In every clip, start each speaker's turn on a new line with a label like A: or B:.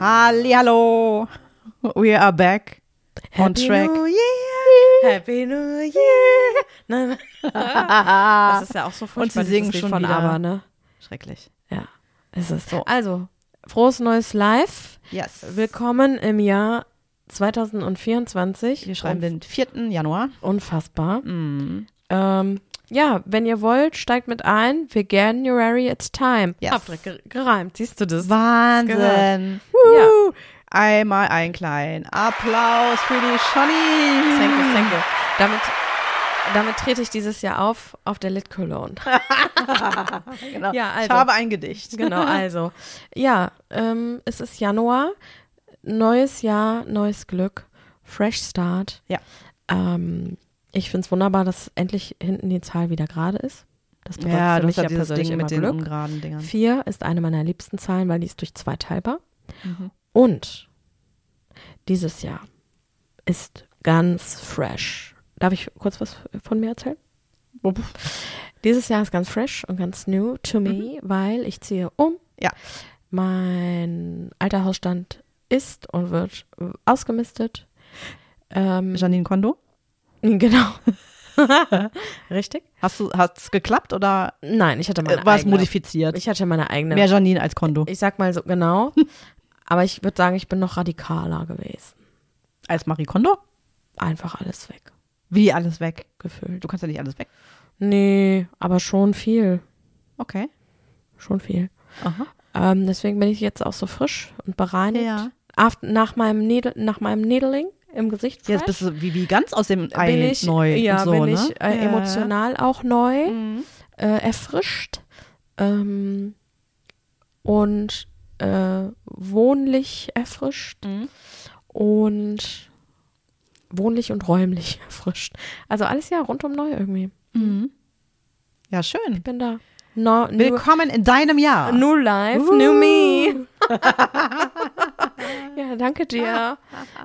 A: Hallihallo. We are back on
B: Happy
A: track.
B: New Year. Happy New Year. Na, na. das ist ja auch so furchtbar.
A: Ah. Und sie
B: dieses
A: singen
B: Lied
A: schon
B: von
A: wieder.
B: Aber, ne?
A: Schrecklich.
B: Ja, es ist
A: So.
B: so. Also, frohes neues Live.
A: Yes.
B: Willkommen im Jahr 2024.
A: Wir schreiben den 4. Januar.
B: Unfassbar.
A: Mhm.
B: Ähm, ja, wenn ihr wollt, steigt mit ein. Veganuary, it's time.
A: Yes.
B: Hab direkt ge- gereimt, siehst du das?
A: Wahnsinn. Wuhu. Einmal einen kleinen Applaus für die Shani.
B: Danke, danke. Damit, damit trete ich dieses Jahr auf, auf der Lit Cologne.
A: Genau.
B: Ja,
A: Ich
B: also.
A: habe ein Gedicht.
B: Genau, also. Ja, ähm, es ist Januar. Neues Jahr, neues Glück. Fresh Start.
A: Ja.
B: Ähm, ich finde es wunderbar, dass endlich hinten die Zahl wieder gerade ist. Das bedeutet
A: Ja,
B: für
A: du
B: mich
A: hast ja
B: ja
A: dieses
B: persönlich
A: Ding
B: immer
A: mit den
B: Glück.
A: ungeraden Dingern.
B: Vier ist eine meiner liebsten Zahlen, weil die ist durch zwei teilbar. Mhm. Und dieses Jahr ist ganz fresh. Darf ich kurz was von mir erzählen? Dieses Jahr ist ganz fresh und ganz new to me, weil ich ziehe um.
A: Mhm. Ja.
B: Mein alter Hausstand ist und wird ausgemistet. Ähm,
A: Janine Kondo,
B: genau. Richtig?
A: hast du, hat's geklappt oder
B: Nein, ich hatte meine
A: äh, war es
B: eigene.
A: modifiziert?
B: Ich hatte meine eigene.
A: Mehr Janine als Kondo.
B: Ich sag mal so, genau. Aber ich würde sagen, ich bin noch radikaler gewesen.
A: Als Marie Kondo?
B: Einfach alles weg,
A: Wie alles weg?
B: gefühlt.
A: Du kannst ja nicht alles weg.
B: Nee, aber schon viel.
A: Okay.
B: Schon viel.
A: Aha.
B: Ähm, deswegen bin ich jetzt auch so frisch und bereinigt.
A: Ja.
B: Af- nach, meinem Needle, nach meinem Needling im Gesicht.
A: Jetzt
B: fresh.
A: bist du wie, wie ganz aus dem Ei
B: bin ich,
A: neu
B: Ja,
A: und so,
B: bin
A: ne?
B: ich äh,
A: Ja. Mhm.
B: emotional auch neu, äh, erfrischt ähm, und äh, wohnlich erfrischt
A: Mhm.
B: und wohnlich und räumlich erfrischt. Also alles ja rundum neu irgendwie.
A: Mhm. Ja, schön.
B: Bin da. No, new,
A: Willkommen in deinem Jahr.
B: new life, new me. ja, danke dir.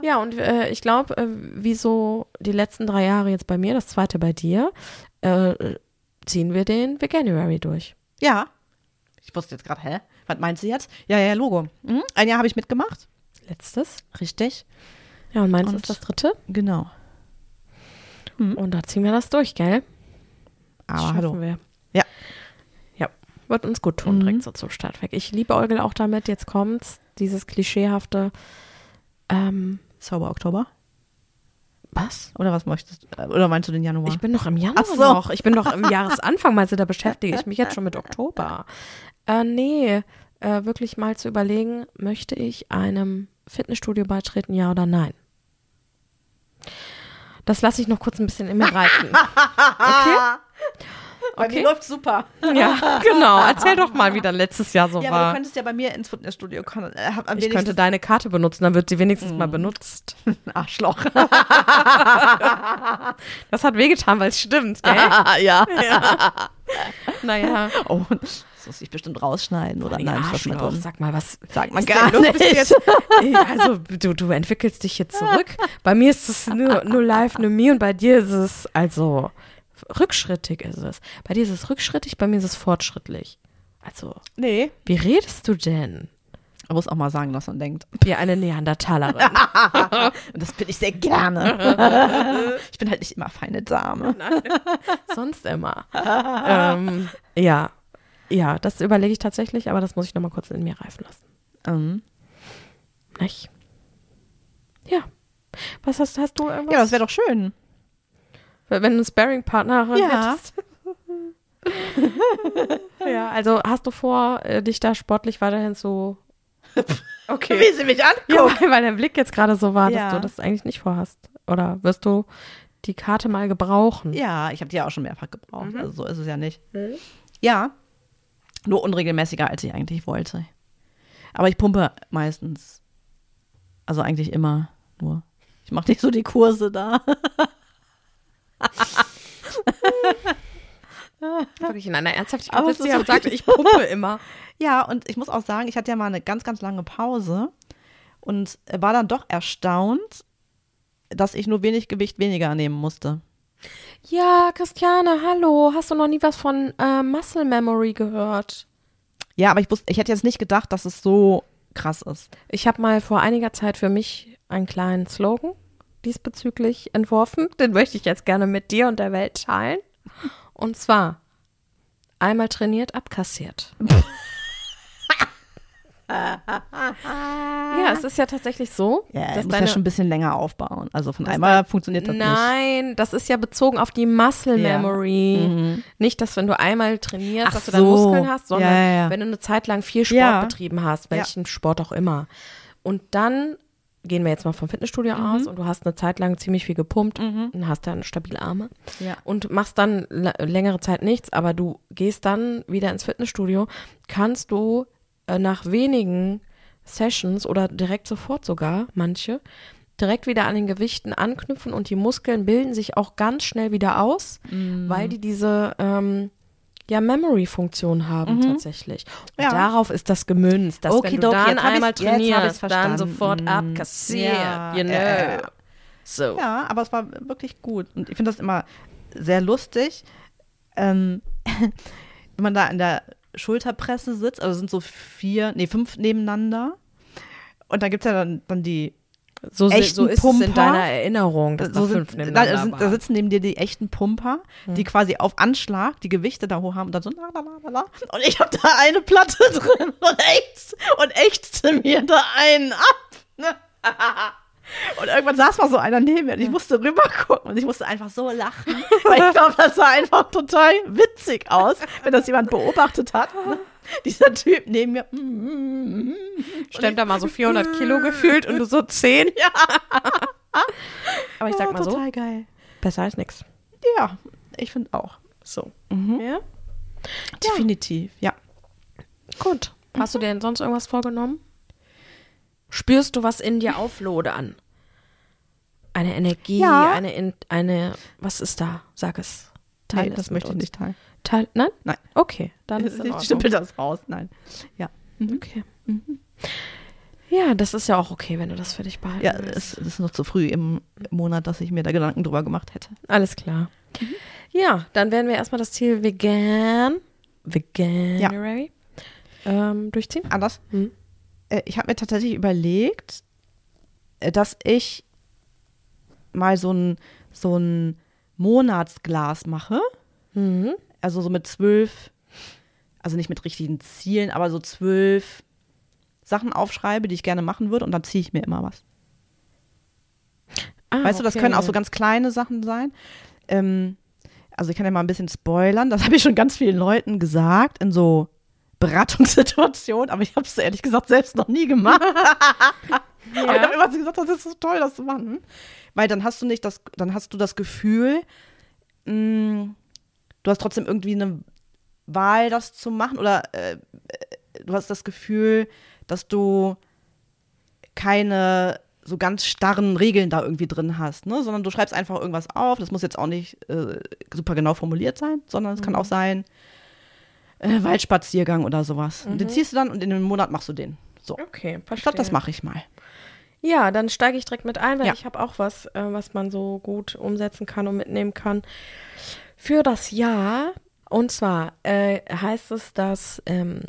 B: Ja, und äh, ich glaube, äh, wie so die letzten drei Jahre jetzt bei mir, das zweite bei dir, äh, ziehen wir den Veganuary durch.
A: Ja. Ich wusste jetzt gerade, hä? Was meinst du jetzt? Ja, ja, Logo. Mhm. Ein Jahr habe ich mitgemacht.
B: Letztes.
A: Richtig.
B: Ja, und meins
A: Und-
B: ist das dritte.
A: Genau.
B: Und da ziehen wir das durch, gell? Das
A: Aber
B: schaffen
A: hallo.
B: wir.
A: Ja. Mhm.
B: Ja, wird uns gut tun, direkt so zum Start weg. Ich liebe Eugel auch damit, jetzt kommt's, dieses klischeehafte, ähm,
A: Zauber Oktober.
B: was?
A: Oder was möchtest du? Oder meinst du den Januar?
B: Ich bin noch im Januar
A: Ach so.
B: noch. Ich bin noch im Jahresanfang, meinst du, da beschäftige ich mich jetzt schon mit Oktober. Äh, nee, äh, wirklich mal zu überlegen, möchte ich einem Fitnessstudio beitreten, ja oder nein? Das lasse ich noch kurz ein bisschen in mir reifen. Okay?
A: Bei
B: okay.
A: mir läuft super.
B: Ja, genau. Erzähl doch mal, wie das letztes Jahr so
A: Ja, aber du
B: war.
A: könntest ja bei mir ins Fitnessstudio kommen. Äh, hab am
B: ich könnte
A: wenigsten
B: deine Karte benutzen, dann wird sie wenigstens
A: Mhm.
B: mal benutzt.
A: Arschloch.
B: Das hat wehgetan, weil es stimmt, gell?
A: ja.
B: naja.
A: Oh, das muss ich bestimmt rausschneiden oder nein, ich lass mal
B: Arschloch,
A: drin.
B: sag mal, was
A: Sag mal
B: ist
A: gar
B: denn los
A: nicht.
B: Jetzt? Ey, Also, du, du entwickelst dich jetzt zurück. Bei mir ist es nur, nur live, nur mir und bei dir ist es, also, rückschrittig ist es. Bei dir ist es rückschrittig, bei mir ist es fortschrittlich. Also,
A: Nee.
B: wie redest du denn?
A: Man muss auch mal sagen, was man denkt.
B: Wie eine Neandertalerin.
A: Und das bin ich sehr gerne. ich bin halt nicht immer feine Dame.
B: sonst immer. ähm, ja. Ja, das überlege ich tatsächlich, aber das muss ich nochmal kurz in mir reifen lassen.
A: Ähm,
B: Nicht? Ja. Was hast, hast du irgendwas?
A: ja, das wäre doch schön.
B: Wenn du einen Sparing-Partnerin
A: Ja.
B: hättest. ja, also hast du vor, äh, dich da sportlich weiterhin so. Okay.
A: Wie sie mich anguckt.
B: Ja, weil, weil der Blick jetzt gerade so war, dass
A: Ja.
B: du das eigentlich nicht vorhast. Oder wirst du die Karte mal gebrauchen?
A: Ja, ich habe die ja auch schon mehrfach gebraucht.
B: Mhm.
A: Also so ist es ja nicht. Ja, nur unregelmäßiger, als ich eigentlich wollte. Aber ich pumpe meistens. Also eigentlich immer nur. Ich mache nicht so die Kurse da.
B: Wirklich in einer Ernsthaftigkeit
A: Aber
B: sitzt
A: es
B: hier
A: ist
B: und sagt, ich pumpe immer.
A: Ja, und ich muss auch sagen, ich hatte ja mal eine ganz, ganz lange Pause und war dann doch erstaunt, dass ich nur wenig Gewicht weniger nehmen musste.
B: Ja, Christiane, hallo. Hast du noch nie was von äh, Muscle Memory gehört?
A: Ja, aber ich wusste, ich hätte jetzt nicht gedacht, dass es so krass ist.
B: Ich habe mal vor einiger Zeit für mich einen kleinen Slogan diesbezüglich entworfen. Den möchte ich jetzt gerne mit dir und der Welt teilen. Und zwar: einmal trainiert, abkassiert. ja, es ist ja tatsächlich so.
A: Ja,
B: dass
A: das muss
B: deine-
A: ja schon ein bisschen länger aufbauen. Also von einmal funktioniert das
B: Nein, das ist ja bezogen auf die Muscle
A: Ja. Mhm.
B: Memory. Nicht, dass wenn du einmal trainierst,
A: Ach
B: dass du dann
A: so.
B: Muskeln hast, sondern
A: Ja, ja, ja.
B: wenn du eine Zeit lang viel Sport
A: Ja.
B: betrieben hast, welchen Sport auch immer. Und dann gehen wir jetzt mal vom Fitnessstudio
A: Mhm.
B: aus und du hast eine Zeit lang ziemlich viel gepumpt und hast dann stabile Arme
A: nicht. Ja.
B: und machst dann la- längere Zeit nichts, aber du gehst dann wieder ins Fitnessstudio, kannst du äh, nach wenigen Sessions oder direkt sofort sogar, manche, direkt wieder an den Gewichten anknüpfen und die Muskeln bilden sich auch ganz schnell wieder aus,
A: Mm.
B: weil die diese ähm, ja, Memory-Funktion haben tatsächlich. Und
A: Mhm. Ja.
B: darauf ist das gemünzt, dass wenn du
A: Okidoki,
B: dann
A: jetzt hab
B: einmal
A: ich's- jetzt hab ich's
B: trainierst, dann
A: verstanden.
B: sofort
A: Mm.
B: abkassiert,
A: Ja,
B: you know.
A: ja, ja, ja.
B: So.
A: Ja, aber es war wirklich gut. Und ich finde das immer sehr lustig. Ähm, wenn man da in der Schulterpresse sitzt, also sind so vier, nee, fünf nebeneinander. Und da gibt es ja dann, dann die.
B: So, se-
A: echten
B: so ist es in
A: Pumper.
B: deiner Erinnerung, dass da
A: So sind,
B: fünf
A: da,
B: nebeneinander Hm.
A: sind, da
B: waren.
A: sitzen neben dir die echten Pumper, die quasi auf Anschlag die Gewichte da hoch haben und dann so la la la la la. Und ich habe da eine Platte drin und echt und ächzte mir da einen ab. Und irgendwann saß mal so einer neben mir und ich musste rüber gucken und ich musste einfach so lachen, weil ich glaube, das sah einfach total witzig aus, wenn das jemand beobachtet hat. ne? Dieser Typ neben mir. mm, mm, mm.
B: Stemmt da mal so 400 Kilo gefühlt und du so 10. Ja. Aber ich sag
A: Oh,
B: mal so,
A: Total geil.
B: besser als nix.
A: Ja, ich finde auch.
B: So.
A: Mhm.
B: Ja?
A: Definitiv, ja.
B: Gut.
A: Mhm.
B: Hast du dir denn sonst irgendwas vorgenommen? Spürst du was in dir auflodern? Eine Energie,
A: Ja.
B: eine, in, eine, was ist da? Sag es.
A: Nein,
B: es
A: das
B: mit
A: möchte ich
B: uns.
A: nicht teilen.
B: Teil, nein?
A: Nein.
B: Okay, dann ist es in
A: Ich
B: Ordnung. Mhm,
A: stippel das raus, nein. Ja,
B: Okay. Ja, das ist ja auch okay, wenn du das für dich behalten
A: ja
B: willst.
A: es, es ist noch zu früh im Monat, dass ich mir da Gedanken drüber gemacht hätte.
B: Alles klar. Ja, dann werden wir erstmal das Ziel vegan, veganuary, ähm, durchziehen.
A: Anders.
B: Hm.
A: Äh, Ich habe mir tatsächlich überlegt, äh, dass ich mal so ein, so ein Monatsglas mache.
B: Mhm.
A: Also so mit zwölf, also nicht mit richtigen Zielen, aber so zwölf Sachen aufschreibe, die ich gerne machen würde und dann ziehe ich mir immer was.
B: Ah,
A: Weißt du, das
B: okay.
A: können auch so ganz kleine Sachen sein. Ähm, also ich kann ja mal ein bisschen spoilern, das habe ich schon ganz vielen Leuten gesagt in so Beratungssituationen, aber ich habe es ehrlich gesagt selbst noch nie gemacht. Aber ich habe
B: Ja.
A: immer so gesagt, das ist so toll, das zu machen. Weil dann hast du nicht das, dann hast du das Gefühl, mh, du hast trotzdem irgendwie eine Wahl, das zu machen oder äh, äh, du hast das Gefühl, dass du keine so ganz starren Regeln da irgendwie drin hast, ne? sondern du schreibst einfach irgendwas auf. Das muss jetzt auch nicht äh, super genau formuliert sein, sondern es kann auch sein äh, Waldspaziergang oder sowas. Und den ziehst du dann und in einem Monat machst du den. So,
B: Okay,
A: ich glaube, das
B: macht.
A: mache ich mal.
B: Ja, dann steige ich direkt mit ein, weil
A: Ja.
B: ich habe auch was, äh, was man so gut umsetzen kann und mitnehmen kann für das Jahr. Und zwar äh, heißt es, dass ähm,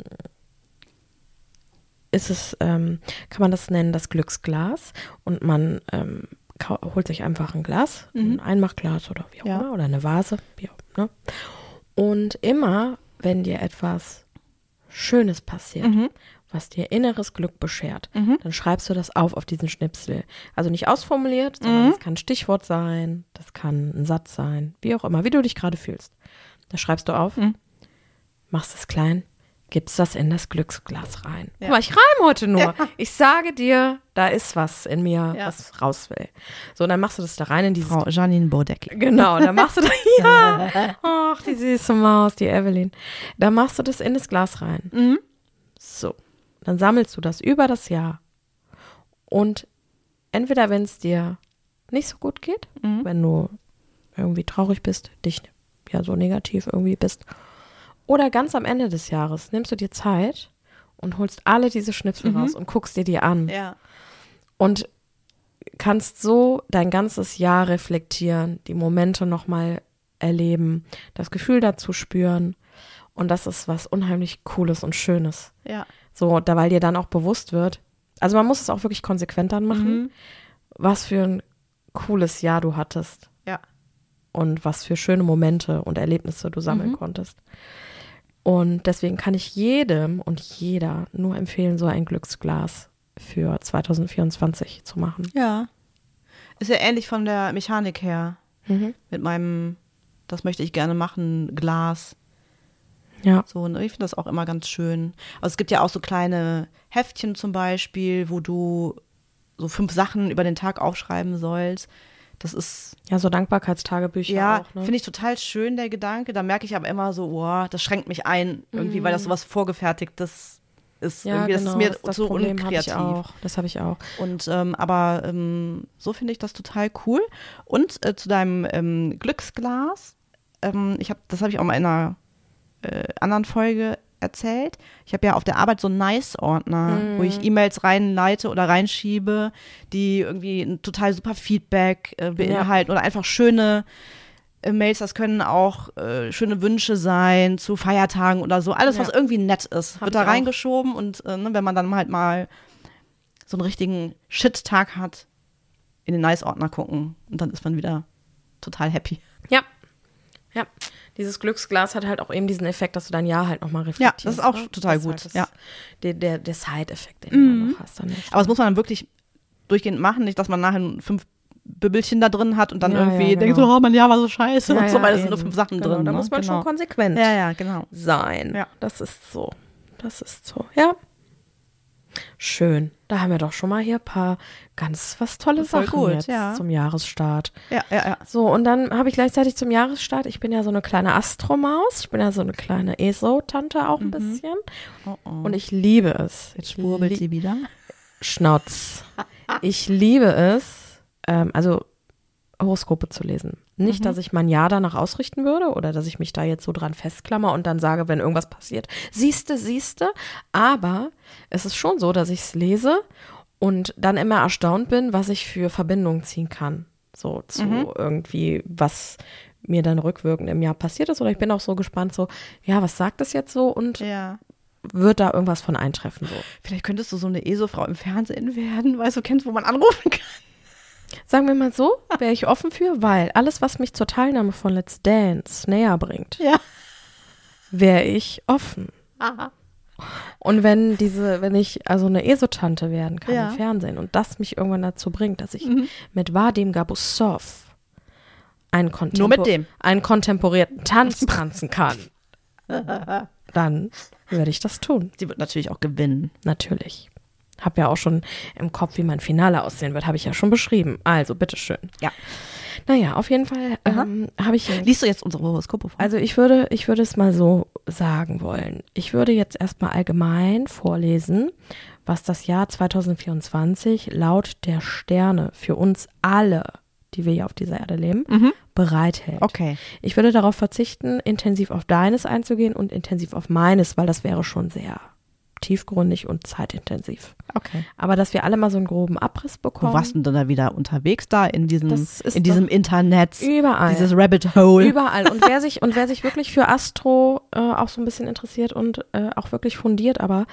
B: ist es, ähm, kann man das nennen, das Glücksglas. Und man ähm, kau- holt sich einfach ein Glas, ein Einmachglas oder wie auch
A: Mhm. Ja.
B: immer, oder eine Vase. Wie auch, ne? Und immer, wenn dir etwas Schönes passiert, was dir inneres Glück beschert, dann schreibst du das auf auf diesen Schnipsel. Also nicht ausformuliert, sondern es kann ein Stichwort sein, das kann ein Satz sein, wie auch immer, wie du dich gerade fühlst. Das schreibst du auf, machst es klein, gibst das in das Glücksglas rein. Guck mal, ich reim heute nur. Ich sage dir, da ist was in mir,
A: Ja. Oh.
B: was raus will. So, und dann machst du das da rein in dieses
A: Frau Janine Bodecki.
B: Genau, dann machst du das. Ja. Ach, die süße Maus, die Evelyn. Dann machst du das in das Glas rein. So. Dann sammelst du das über das Jahr. Und entweder, wenn es dir nicht so gut geht, wenn du irgendwie traurig bist, dich ja so negativ irgendwie bist, oder ganz am Ende des Jahres nimmst du dir Zeit und holst alle diese Schnipsel raus und guckst dir die an
A: Ja.
B: und kannst so dein ganzes Jahr reflektieren, die Momente nochmal erleben, das Gefühl dazu spüren. Und das ist was unheimlich Cooles und Schönes.
A: Ja.
B: So, da weil dir dann auch bewusst wird. Also man muss es auch wirklich konsequent dann machen,
A: Mhm.
B: was für ein cooles Jahr du hattest
A: Ja.
B: und was für schöne Momente und Erlebnisse du
A: Mhm.
B: sammeln konntest. Und deswegen kann ich jedem und jeder nur empfehlen, so ein Glücksglas für 2024 zu machen.
A: Ja. Ist ja ähnlich von der Mechanik her. Mit meinem, das möchte ich gerne machen, Glas.
B: Ja.
A: So, ne? ich finde das auch immer ganz schön. Also es gibt ja auch so kleine Heftchen zum Beispiel, wo du so fünf Sachen über den Tag aufschreiben sollst. Das ist,
B: Ja, so Dankbarkeitstagebücher
A: ja,
B: auch. Ne?
A: finde ich total schön, der Gedanke. Da merke ich aber immer so, boah, das schränkt mich ein, irgendwie, weil das sowas vorgefertigtes ist.
B: Mhm. ja,
A: irgendwie, das
B: genau,
A: ist mir
B: das
A: so
B: Problem hab
A: unkreativ.
B: Ich auch. Das habe ich auch.
A: Und ähm, aber ähm, so finde ich das total cool. Und äh, zu deinem ähm, Glücksglas, ähm, ich habe, das habe ich auch mal in einer äh, anderen Folge erzählt. Ich habe ja auf der Arbeit so einen Nice-Ordner, wo ich E-Mails reinleite oder reinschiebe, die irgendwie ein total super Feedback äh, beinhalten oder einfach schöne äh, Mails, das können auch äh, schöne Wünsche sein zu Feiertagen oder so. Alles,
B: Ja.
A: was irgendwie nett ist,
B: Hab
A: wird
B: ich
A: da
B: auch.
A: reingeschoben und äh, ne, wenn man dann halt mal so einen richtigen Shit-Tag hat, in den Nice-Ordner gucken und dann ist man wieder total happy.
B: Ja. Ja. Dieses Glücksglas hat halt auch eben diesen Effekt, dass du dein Jahr halt nochmal
A: Ja,
B: reflektierst.
A: das ist auch
B: ne?
A: total
B: Das ist
A: gut,
B: Halt das,
A: ja. Mhm.
B: Der, der, der Side-Effekt, den du dann noch hast. Dann nicht.
A: Aber das muss man dann wirklich durchgehend machen, nicht, dass man nachher fünf Bibbelchen da drin hat und dann
B: Ja,
A: irgendwie
B: ja, genau.
A: denkt so, oh, mein Jahr war so scheiße und so, weil es sind nur
B: eben.
A: fünf Sachen
B: genau,
A: drin.
B: Da
A: ne?
B: muss man schon
A: genau.
B: konsequent
A: Ja, ja, genau.
B: sein.
A: Ja.
B: Das ist so. Das ist so. Ja. Schön. Da haben wir doch schon mal hier ein paar ganz was tolle
A: Voll
B: Sachen
A: gut,
B: jetzt
A: ja.
B: zum Jahresstart.
A: Ja, ja, ja.
B: So, und dann habe ich gleichzeitig zum Jahresstart, ich bin ja so eine kleine Astromaus, ich bin ja so eine kleine ESO-Tante auch ein
A: Mhm.
B: bisschen.
A: Oh, oh.
B: Und ich liebe es.
A: Jetzt schwurbelt
B: Ich
A: sie wieder.
B: Schnotz. Ich liebe es, ähm, also Horoskope zu lesen.
A: Mhm.
B: Nicht, dass ich mein Jahr danach ausrichten würde oder dass ich mich da jetzt so dran festklammer und dann sage, wenn irgendwas passiert, siehste, siehste. Aber es ist schon so, dass ich es lese und dann immer erstaunt bin, was ich für Verbindungen ziehen kann. So zu
A: Mhm.
B: irgendwie, was mir dann rückwirkend im Jahr passiert ist. Oder ich bin auch so gespannt, so, ja, was sagt es jetzt so und
A: Ja.
B: wird da irgendwas von eintreffen? So.
A: Vielleicht könntest du so eine ESO-Frau im Fernsehen werden, weißt du, kennst, wo man anrufen kann.
B: Sagen wir mal so, wäre ich offen für, weil alles, was mich zur Teilnahme von Let's Dance näher bringt,
A: Ja.
B: wäre ich offen.
A: Aha.
B: Und wenn diese, wenn ich also eine ESO-Tante werden kann
A: Ja. Mhm.
B: im Fernsehen und das mich irgendwann dazu bringt, dass ich mit Vadim Gabusov einen, Kontempo
A: Nur mit dem.
B: einen kontemporierten Tanz tanzen kann, dann werde ich das tun.
A: Sie wird natürlich auch gewinnen.
B: Natürlich. Hab ja auch schon im Kopf, wie mein Finale aussehen wird, habe ich ja schon beschrieben. Also, bitteschön.
A: Ja.
B: Naja, auf jeden Fall ähm, habe ich.
A: Liest du jetzt unsere Horoskope vor?
B: Also ich würde, ich würde es mal so sagen wollen. Ich würde jetzt erstmal allgemein vorlesen, was das Jahr 2024 laut der Sterne für uns alle, die wir hier auf dieser Erde leben, bereithält.
A: Mhm. Okay.
B: Ich würde darauf verzichten, intensiv auf deines einzugehen und intensiv auf meines, weil das wäre schon sehr tiefgründig und zeitintensiv.
A: Okay.
B: Aber dass wir alle mal so einen groben Abriss bekommen.
A: Wo warst du denn da wieder unterwegs da in diesem,
B: Das ist
A: in diesem Internet?
B: Überall.
A: Dieses Rabbit Hole.
B: Überall. Und wer sich und wer sich wirklich für Astro äh, auch so ein bisschen interessiert und äh, auch wirklich fundiert, aber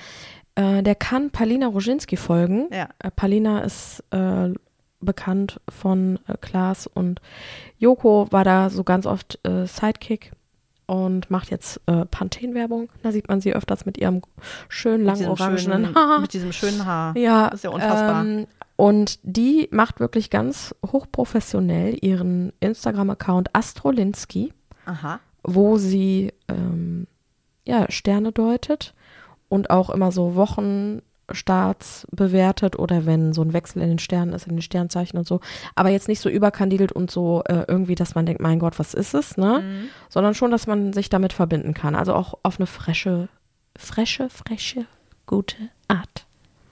B: äh, der kann Palina Roginski folgen.
A: Ja.
B: Äh, Palina ist äh, bekannt von äh, Klaas und Joko, war da so ganz oft äh, Sidekick und macht jetzt äh, Pantene-Werbung. Da sieht man sie öfters mit ihrem schönen
A: Mit
B: langen
A: diesem
B: orangenen
A: schönen-
B: Haar.
A: Mit diesem schönen Haar.
B: Ja.
A: Ist ja unfassbar.
B: Ähm, und die macht wirklich ganz hochprofessionell ihren Instagram-Account Astrolinski,
A: Aha.
B: wo sie ähm, ja, Sterne deutet und auch immer so Wochenstarts bewertet oder wenn so ein Wechsel in den Sternen ist, in den Sternzeichen und so. Aber jetzt nicht so überkandidelt und so äh, irgendwie, dass man denkt, mein Gott, was ist es, ne?
A: Mhm.
B: Sondern schon, dass man sich damit verbinden kann. Also auch auf eine frische, frische, frische, gute Art.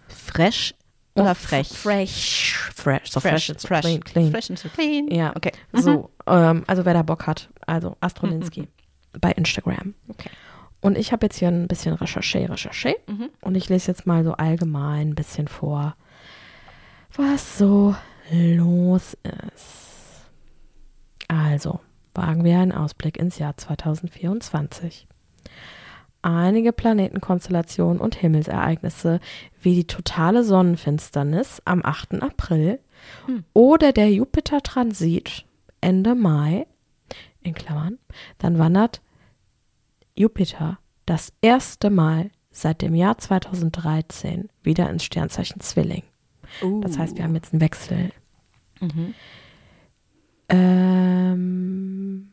A: Fresh oder frech?
B: Fresh. Fresh. So fresh, and so
A: fresh.
B: clean. clean.
A: Fresh and so clean.
B: Ja.
A: Okay.
B: So, ähm, also wer da Bock hat, also Astrolinski bei Instagram.
A: Mhm, Okay. Mhm.
B: Und ich habe jetzt hier ein bisschen Recherche, Recherche. Und ich lese jetzt mal so allgemein ein bisschen vor, was so los ist. Also, wagen wir einen Ausblick ins Jahr 2024. einige Planetenkonstellationen und Himmelsereignisse wie die totale Sonnenfinsternis am 8. April
A: Hm.
B: oder der Jupiter-Transit Ende Mai, in Klammern, dann wandert Jupiter das erste Mal seit dem Jahr 2013 wieder ins Sternzeichen Zwilling. Das heißt, wir haben jetzt einen Wechsel.
A: Mhm.
B: Ähm,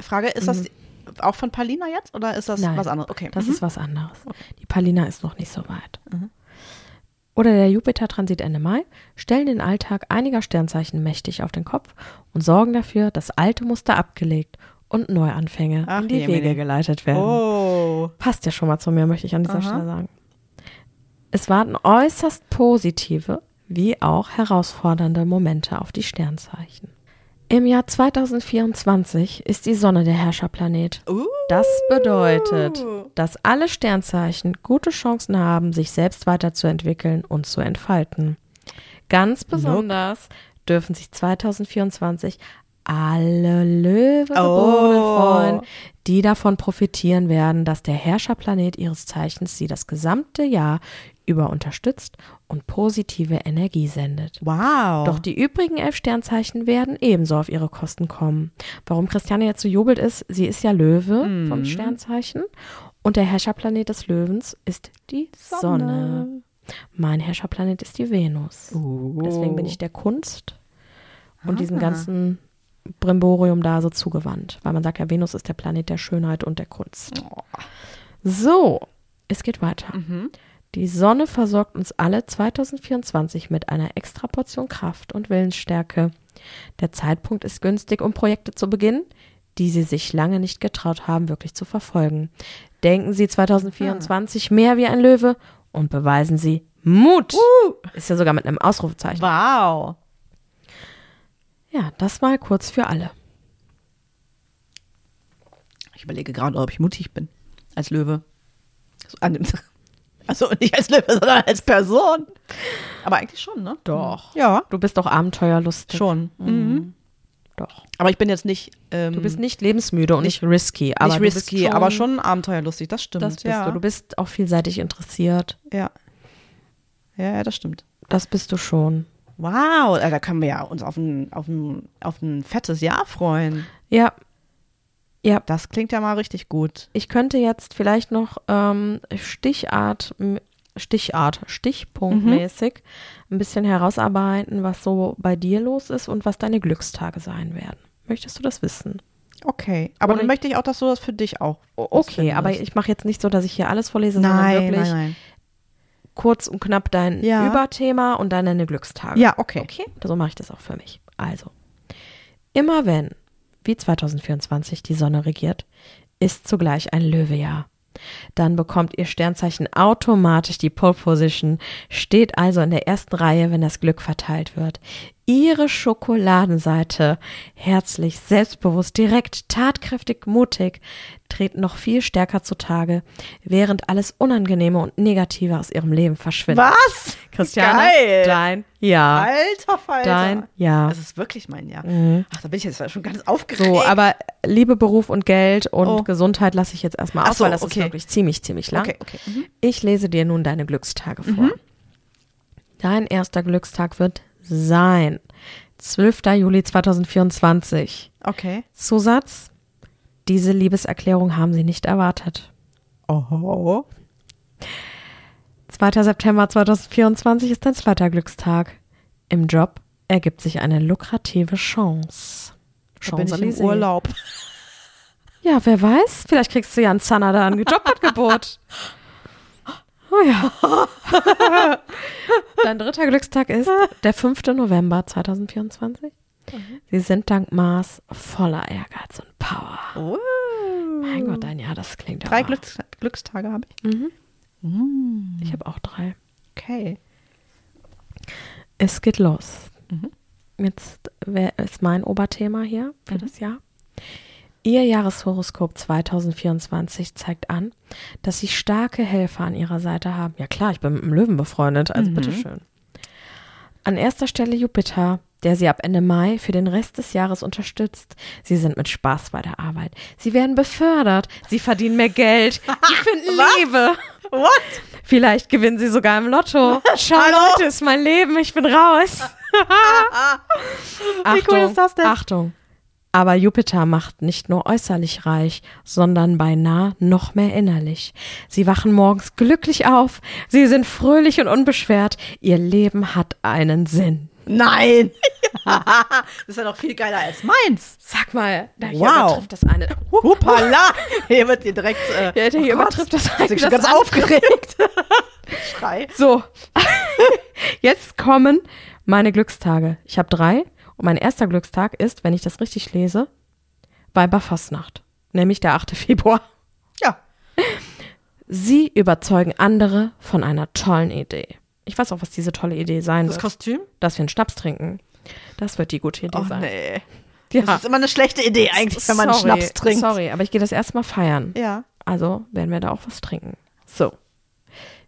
A: Frage, ist das auch von Palina jetzt oder ist Mhm. das
B: Nein,
A: was anderes? Okay.
B: Das
A: Mhm.
B: ist was anderes. Die Palina ist noch nicht so weit.
A: Mhm.
B: Oder der Jupiter-Transit Ende Mai stellen den Alltag einiger Sternzeichen mächtig auf den Kopf und sorgen dafür, dass alte Muster abgelegt und Neuanfänge
A: Ach,
B: in die
A: Jemine.
B: Wege geleitet werden.
A: Oh.
B: Passt ja schon mal zu mir, möchte ich an dieser
A: Aha.
B: Stelle sagen. Es warten äußerst positive wie auch herausfordernde Momente auf die Sternzeichen. Im Jahr 2024 ist die Sonne der Herrscherplanet.
A: Uh.
B: Das bedeutet, dass alle Sternzeichen gute Chancen haben, sich selbst weiterzuentwickeln und zu entfalten. Ganz besonders dürfen sich 2024 alle Löwe geborenen
A: Oh.
B: freuen, die davon profitieren werden, dass der Herrscherplanet ihres Zeichens sie das gesamte Jahr über unterstützt und positive Energie sendet.
A: Wow.
B: Doch die übrigen elf Sternzeichen werden ebenso auf ihre Kosten kommen. Warum Christiane jetzt so jubelt ist, sie ist ja Löwe vom Sternzeichen und der Herrscherplanet des Löwens ist die Sonne. Mein Herrscherplanet ist die Venus.
A: Oh.
B: Deswegen bin ich der Kunst und diesem
A: Ah.
B: ganzen Brimborium da so zugewandt, weil man sagt ja, Venus ist der Planet der Schönheit und der Kunst.
A: Oh.
B: So, es geht weiter.
A: Mhm.
B: Die Sonne versorgt uns alle 2024 mit einer extra Portion Kraft und Willensstärke. Der Zeitpunkt ist günstig, um Projekte zu beginnen, die Sie sich lange nicht getraut haben, wirklich zu verfolgen. Denken Sie
A: Ah.
B: 2024 mehr wie ein Löwe und beweisen Sie Mut. Ist ja sogar mit einem Ausrufezeichen.
A: Wow.
B: Ja, das mal kurz für alle.
A: Ich überlege gerade, ob ich mutig bin. Als Löwe. So an dem also nicht als Löwe, sondern als Person. Aber eigentlich schon, ne?
B: Doch.
A: Ja.
B: Du bist auch abenteuerlustig.
A: Schon. Mhm.
B: Doch.
A: Aber ich bin jetzt nicht. Ähm,
B: Du bist nicht lebensmüde und nicht, risky. Aber
A: nicht
B: du bist
A: risky, aber schon abenteuerlustig, das stimmt.
B: Das bist
A: ja.
B: du. Du bist auch vielseitig interessiert.
A: ja. ja, ja, das stimmt.
B: Das bist du schon.
A: Wow, äh, da können wir ja uns auf ein, auf ein, auf ein fettes Jahr freuen.
B: Ja,
A: Das klingt ja mal richtig gut.
B: ich könnte jetzt vielleicht noch ähm, Stichart, m- Stichart,
A: Mhm.
B: Stichpunktmäßig ein bisschen herausarbeiten, was so bei dir los ist und was deine Glückstage sein werden. Möchtest du das wissen?
A: Okay, aber
B: Oder
A: dann
B: ich-
A: möchte ich auch, dass du das für dich auch.
B: Okay,
A: findest.
B: aber ich mache jetzt nicht so, dass ich hier alles vorlese, sondern
A: Nein,
B: wirklich
A: nein, nein.
B: kurz und knapp dein
A: Ja.
B: Überthema und dann deine Glückstage.
A: Ja, okay.
B: Okay, so mache ich das auch für mich. Also, immer wenn, wie 2024, die Sonne regiert, ist zugleich ein Löwejahr. Dann bekommt ihr Sternzeichen automatisch die Pole Position, steht also in der ersten Reihe, wenn das Glück verteilt wird. Ihre Schokoladenseite, herzlich, selbstbewusst, direkt, tatkräftig, mutig, treten noch viel stärker zutage, während alles Unangenehme und Negative aus ihrem Leben verschwindet.
A: Was?
B: Christiane,
A: Geil.
B: dein Jahr.
A: Alter Falter.
B: Dein Jahr.
A: Das ist wirklich mein Jahr. Ach, da bin ich jetzt schon ganz aufgeregt.
B: So, aber Liebe, Beruf und Geld und
A: Oh.
B: Gesundheit lasse ich jetzt erstmal
A: Ach
B: aus,
A: so,
B: weil das ist
A: okay.
B: wirklich ziemlich, ziemlich lang.
A: okay, okay. Mhm.
B: Ich lese dir nun deine Glückstage vor. Dein erster Glückstag wird sein 12. Juli 2024.
A: Okay.
B: Zusatz, diese Liebeserklärung haben sie nicht erwartet.
A: Oh.
B: 2. September 2024 ist dein zweiter Glückstag. Im Job ergibt sich eine lukrative Chance.
A: Da bin ich im
B: Champs-Élysées.
A: Urlaub.
B: Ja, wer weiß, vielleicht kriegst du ja einen Zanada ein Jobangebot. Oh ja. Dein dritter Glückstag ist der 5. November 2024. Sie sind dank Mars voller Ehrgeiz und Power.
A: Oh.
B: Mein Gott, dein Jahr, das klingt ja
A: Drei
B: wahr.
A: Glücks Glückstage habe ich.
B: Mhm.
A: Mm,
B: Ich habe auch drei.
A: Okay.
B: Es geht los.
A: Mhm.
B: Jetzt wär, ist mein Oberthema hier für
A: Mhm.
B: das Jahr. Ihr Jahreshoroskop 2024 zeigt an, dass Sie starke Helfer an Ihrer Seite
A: Mhm.
B: haben. Ja klar, ich bin mit dem Löwen befreundet, also bitteschön. An erster Stelle Jupiter, der sie ab Ende Mai für den Rest des Jahres unterstützt. Sie sind mit Spaß bei der Arbeit. Sie werden befördert. Sie verdienen mehr Geld. Sie finden Liebe.
A: What?
B: Vielleicht gewinnen sie sogar im Lotto. Charlotte ist mein Leben. Ich bin raus.
A: Wie cool ist das denn?
B: Achtung. Aber Jupiter macht nicht nur äußerlich reich, sondern beinahe noch mehr innerlich. Sie wachen morgens glücklich auf, sie sind fröhlich und unbeschwert, ihr Leben hat einen Sinn.
A: Nein. das ist ja noch viel geiler als meins.
B: Sag mal, da hier
A: Wow.
B: übertrifft das eine.
A: Hupala. Hier wird dir direkt. Äh,
B: Ja, der hier
A: Gott,
B: übertrifft das
A: Ist
B: eine
A: schon
B: das
A: ganz aufgeregt. Schrei.
B: So, jetzt kommen meine Glückstage. Ich habe drei und mein erster Glückstag ist, wenn ich das richtig lese, Weiberfastnacht, nämlich der 8. Februar.
A: Ja.
B: Sie überzeugen andere von einer tollen Idee. Ich weiß auch, was diese tolle Idee sein
A: Das
B: wird.
A: Kostüm?
B: Dass wir einen Schnaps trinken. Das wird die gute Idee sein.
A: Oh, nee.
B: Ja.
A: Das ist immer eine schlechte Idee eigentlich, wenn man einen
B: Sorry,
A: Schnaps trinkt.
B: Sorry, aber ich gehe das erstmal feiern.
A: Ja.
B: Also werden wir da auch was trinken. So.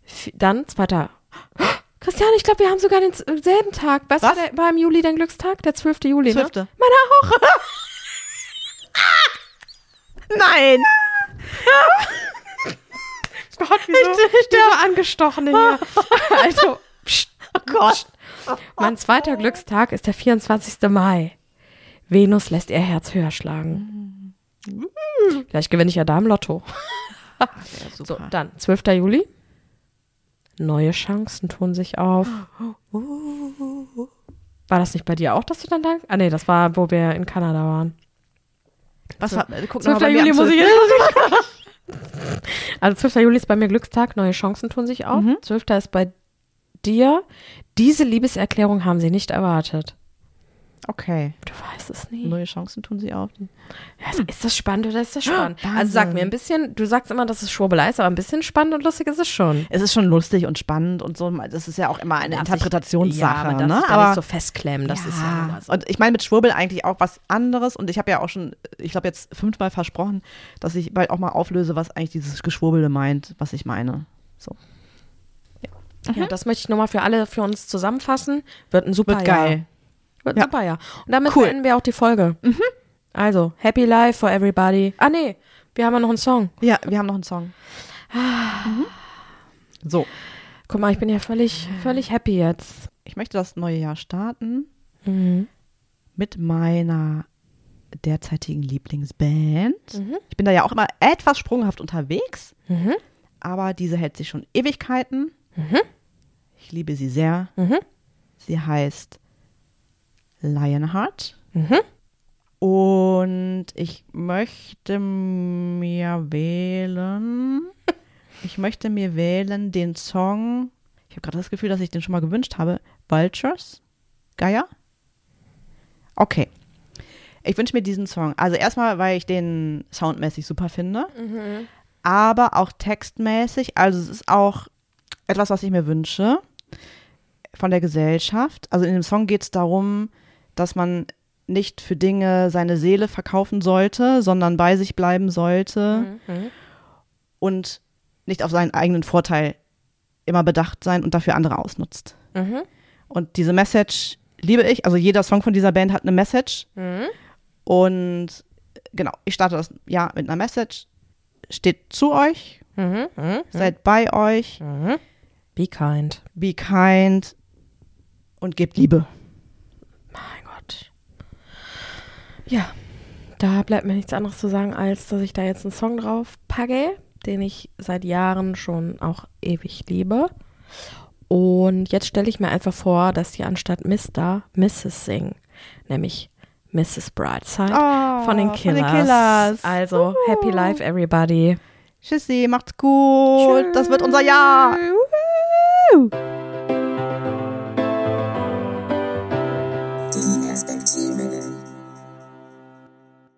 B: F dann zweiter. Christian, ich glaube, wir haben sogar den z- selben Tag. Weißt
A: Was?
B: du, der, war im Juli dein Glückstag? Der 12. Juli,
A: Zwölfte.
B: ne? Meiner auch.
A: Nein.
B: Gott, wieso, ich, ich, wieso angestochen hier? also, pst,
A: Oh Gott. Oh.
B: Mein zweiter Glückstag ist der 24. Mai. Venus lässt ihr Herz höher schlagen.
A: Mhm.
B: Vielleicht gewinne ich ja da im Lotto. So, dann 12. Juli. Neue Chancen tun sich auf. War das nicht bei dir auch, dass du dann da? Ah nee, das war, wo wir in Kanada waren.
A: Was hat, guck noch mal
B: 12.
A: bei mir
B: Juli
A: am
B: muss ich
A: 12..
B: Also 12. Juli ist bei mir Glückstag, neue Chancen tun sich auf.
A: Mhm.
B: 12. ist bei dir. Diese Liebeserklärung haben sie nicht erwartet.
A: Okay.
B: Du weißt es nie.
A: Neue Chancen tun sie auf.
B: Also, ist das spannend oder ist das spannend?
A: Wahnsinn.
B: also sag mir ein bisschen, du sagst immer, dass es Schwurbelei ist, aber ein bisschen spannend und lustig ist es schon.
A: Es ist schon lustig und spannend und so. Das ist ja auch immer eine
B: ja,
A: Interpretationssache.
B: man darf
A: ne?
B: sich da
A: Aber
B: nicht so festklemmen, das ist ja
A: ja.
B: immer so.
A: Und ich meine mit Schwurbel eigentlich auch was anderes. Und ich habe ja auch schon, ich glaube jetzt fünfmal versprochen, dass ich bald auch mal auflöse, was eigentlich dieses Geschwurbelde meint, was ich meine. So. Mhm.
B: Ja, das möchte ich nochmal für alle, für uns zusammenfassen. Wird ein super
A: Wird
B: Jahr.
A: geil.
B: Wird
A: Ja.
B: super, ja. Und damit
A: Cool. Mhm.
B: beenden wir auch die Folge. Also, Happy Life for Everybody. Ah, nee, wir haben ja noch einen Song.
A: Ja, wir haben noch einen Song. Mhm. So,
B: Guck mal, ich bin ja völlig, völlig happy jetzt.
A: ich möchte das neue Jahr starten mit meiner derzeitigen Lieblingsband. Ich bin da ja auch immer etwas sprunghaft unterwegs,
B: Mhm.
A: aber diese hält sich schon Ewigkeiten. Ich liebe sie sehr. Sie heißt Lionheart. Und ich möchte mir wählen. Ich möchte mir wählen den Song. Ich habe gerade das Gefühl, dass ich den schon mal gewünscht habe. Vultures? Geier? Okay. Ich wünsche mir diesen Song. Also erstmal, weil ich den soundmäßig super finde, aber auch textmäßig. Also es ist auch etwas, was ich mir wünsche von der Gesellschaft. Also in dem Song geht es darum, dass man nicht für Dinge seine Seele verkaufen sollte, sondern bei sich bleiben sollte
B: Mhm.
A: und nicht auf seinen eigenen Vorteil immer bedacht sein und dafür andere ausnutzt.
B: Mhm.
A: Und diese Message liebe ich. Also jeder Song von dieser Band hat eine Message. Und genau, ich starte das Jahr mit einer Message. Steht zu euch, seid bei euch,
B: Mhm. Be kind.
A: be kind und gebt Liebe.
B: Mein Gott. Ja, da bleibt mir nichts anderes zu sagen, als dass ich da jetzt einen Song drauf packe, den ich seit Jahren schon auch ewig liebe. Und jetzt stelle ich mir einfach vor, dass die anstatt Mr. Mrs. singen, nämlich Mrs. Brightside
A: Oh,
B: von den
A: von
B: Killers.
A: den Killers.
B: Also, happy life everybody.
A: Tschüssi, macht's gut. Das wird unser Jahr.
B: Woo!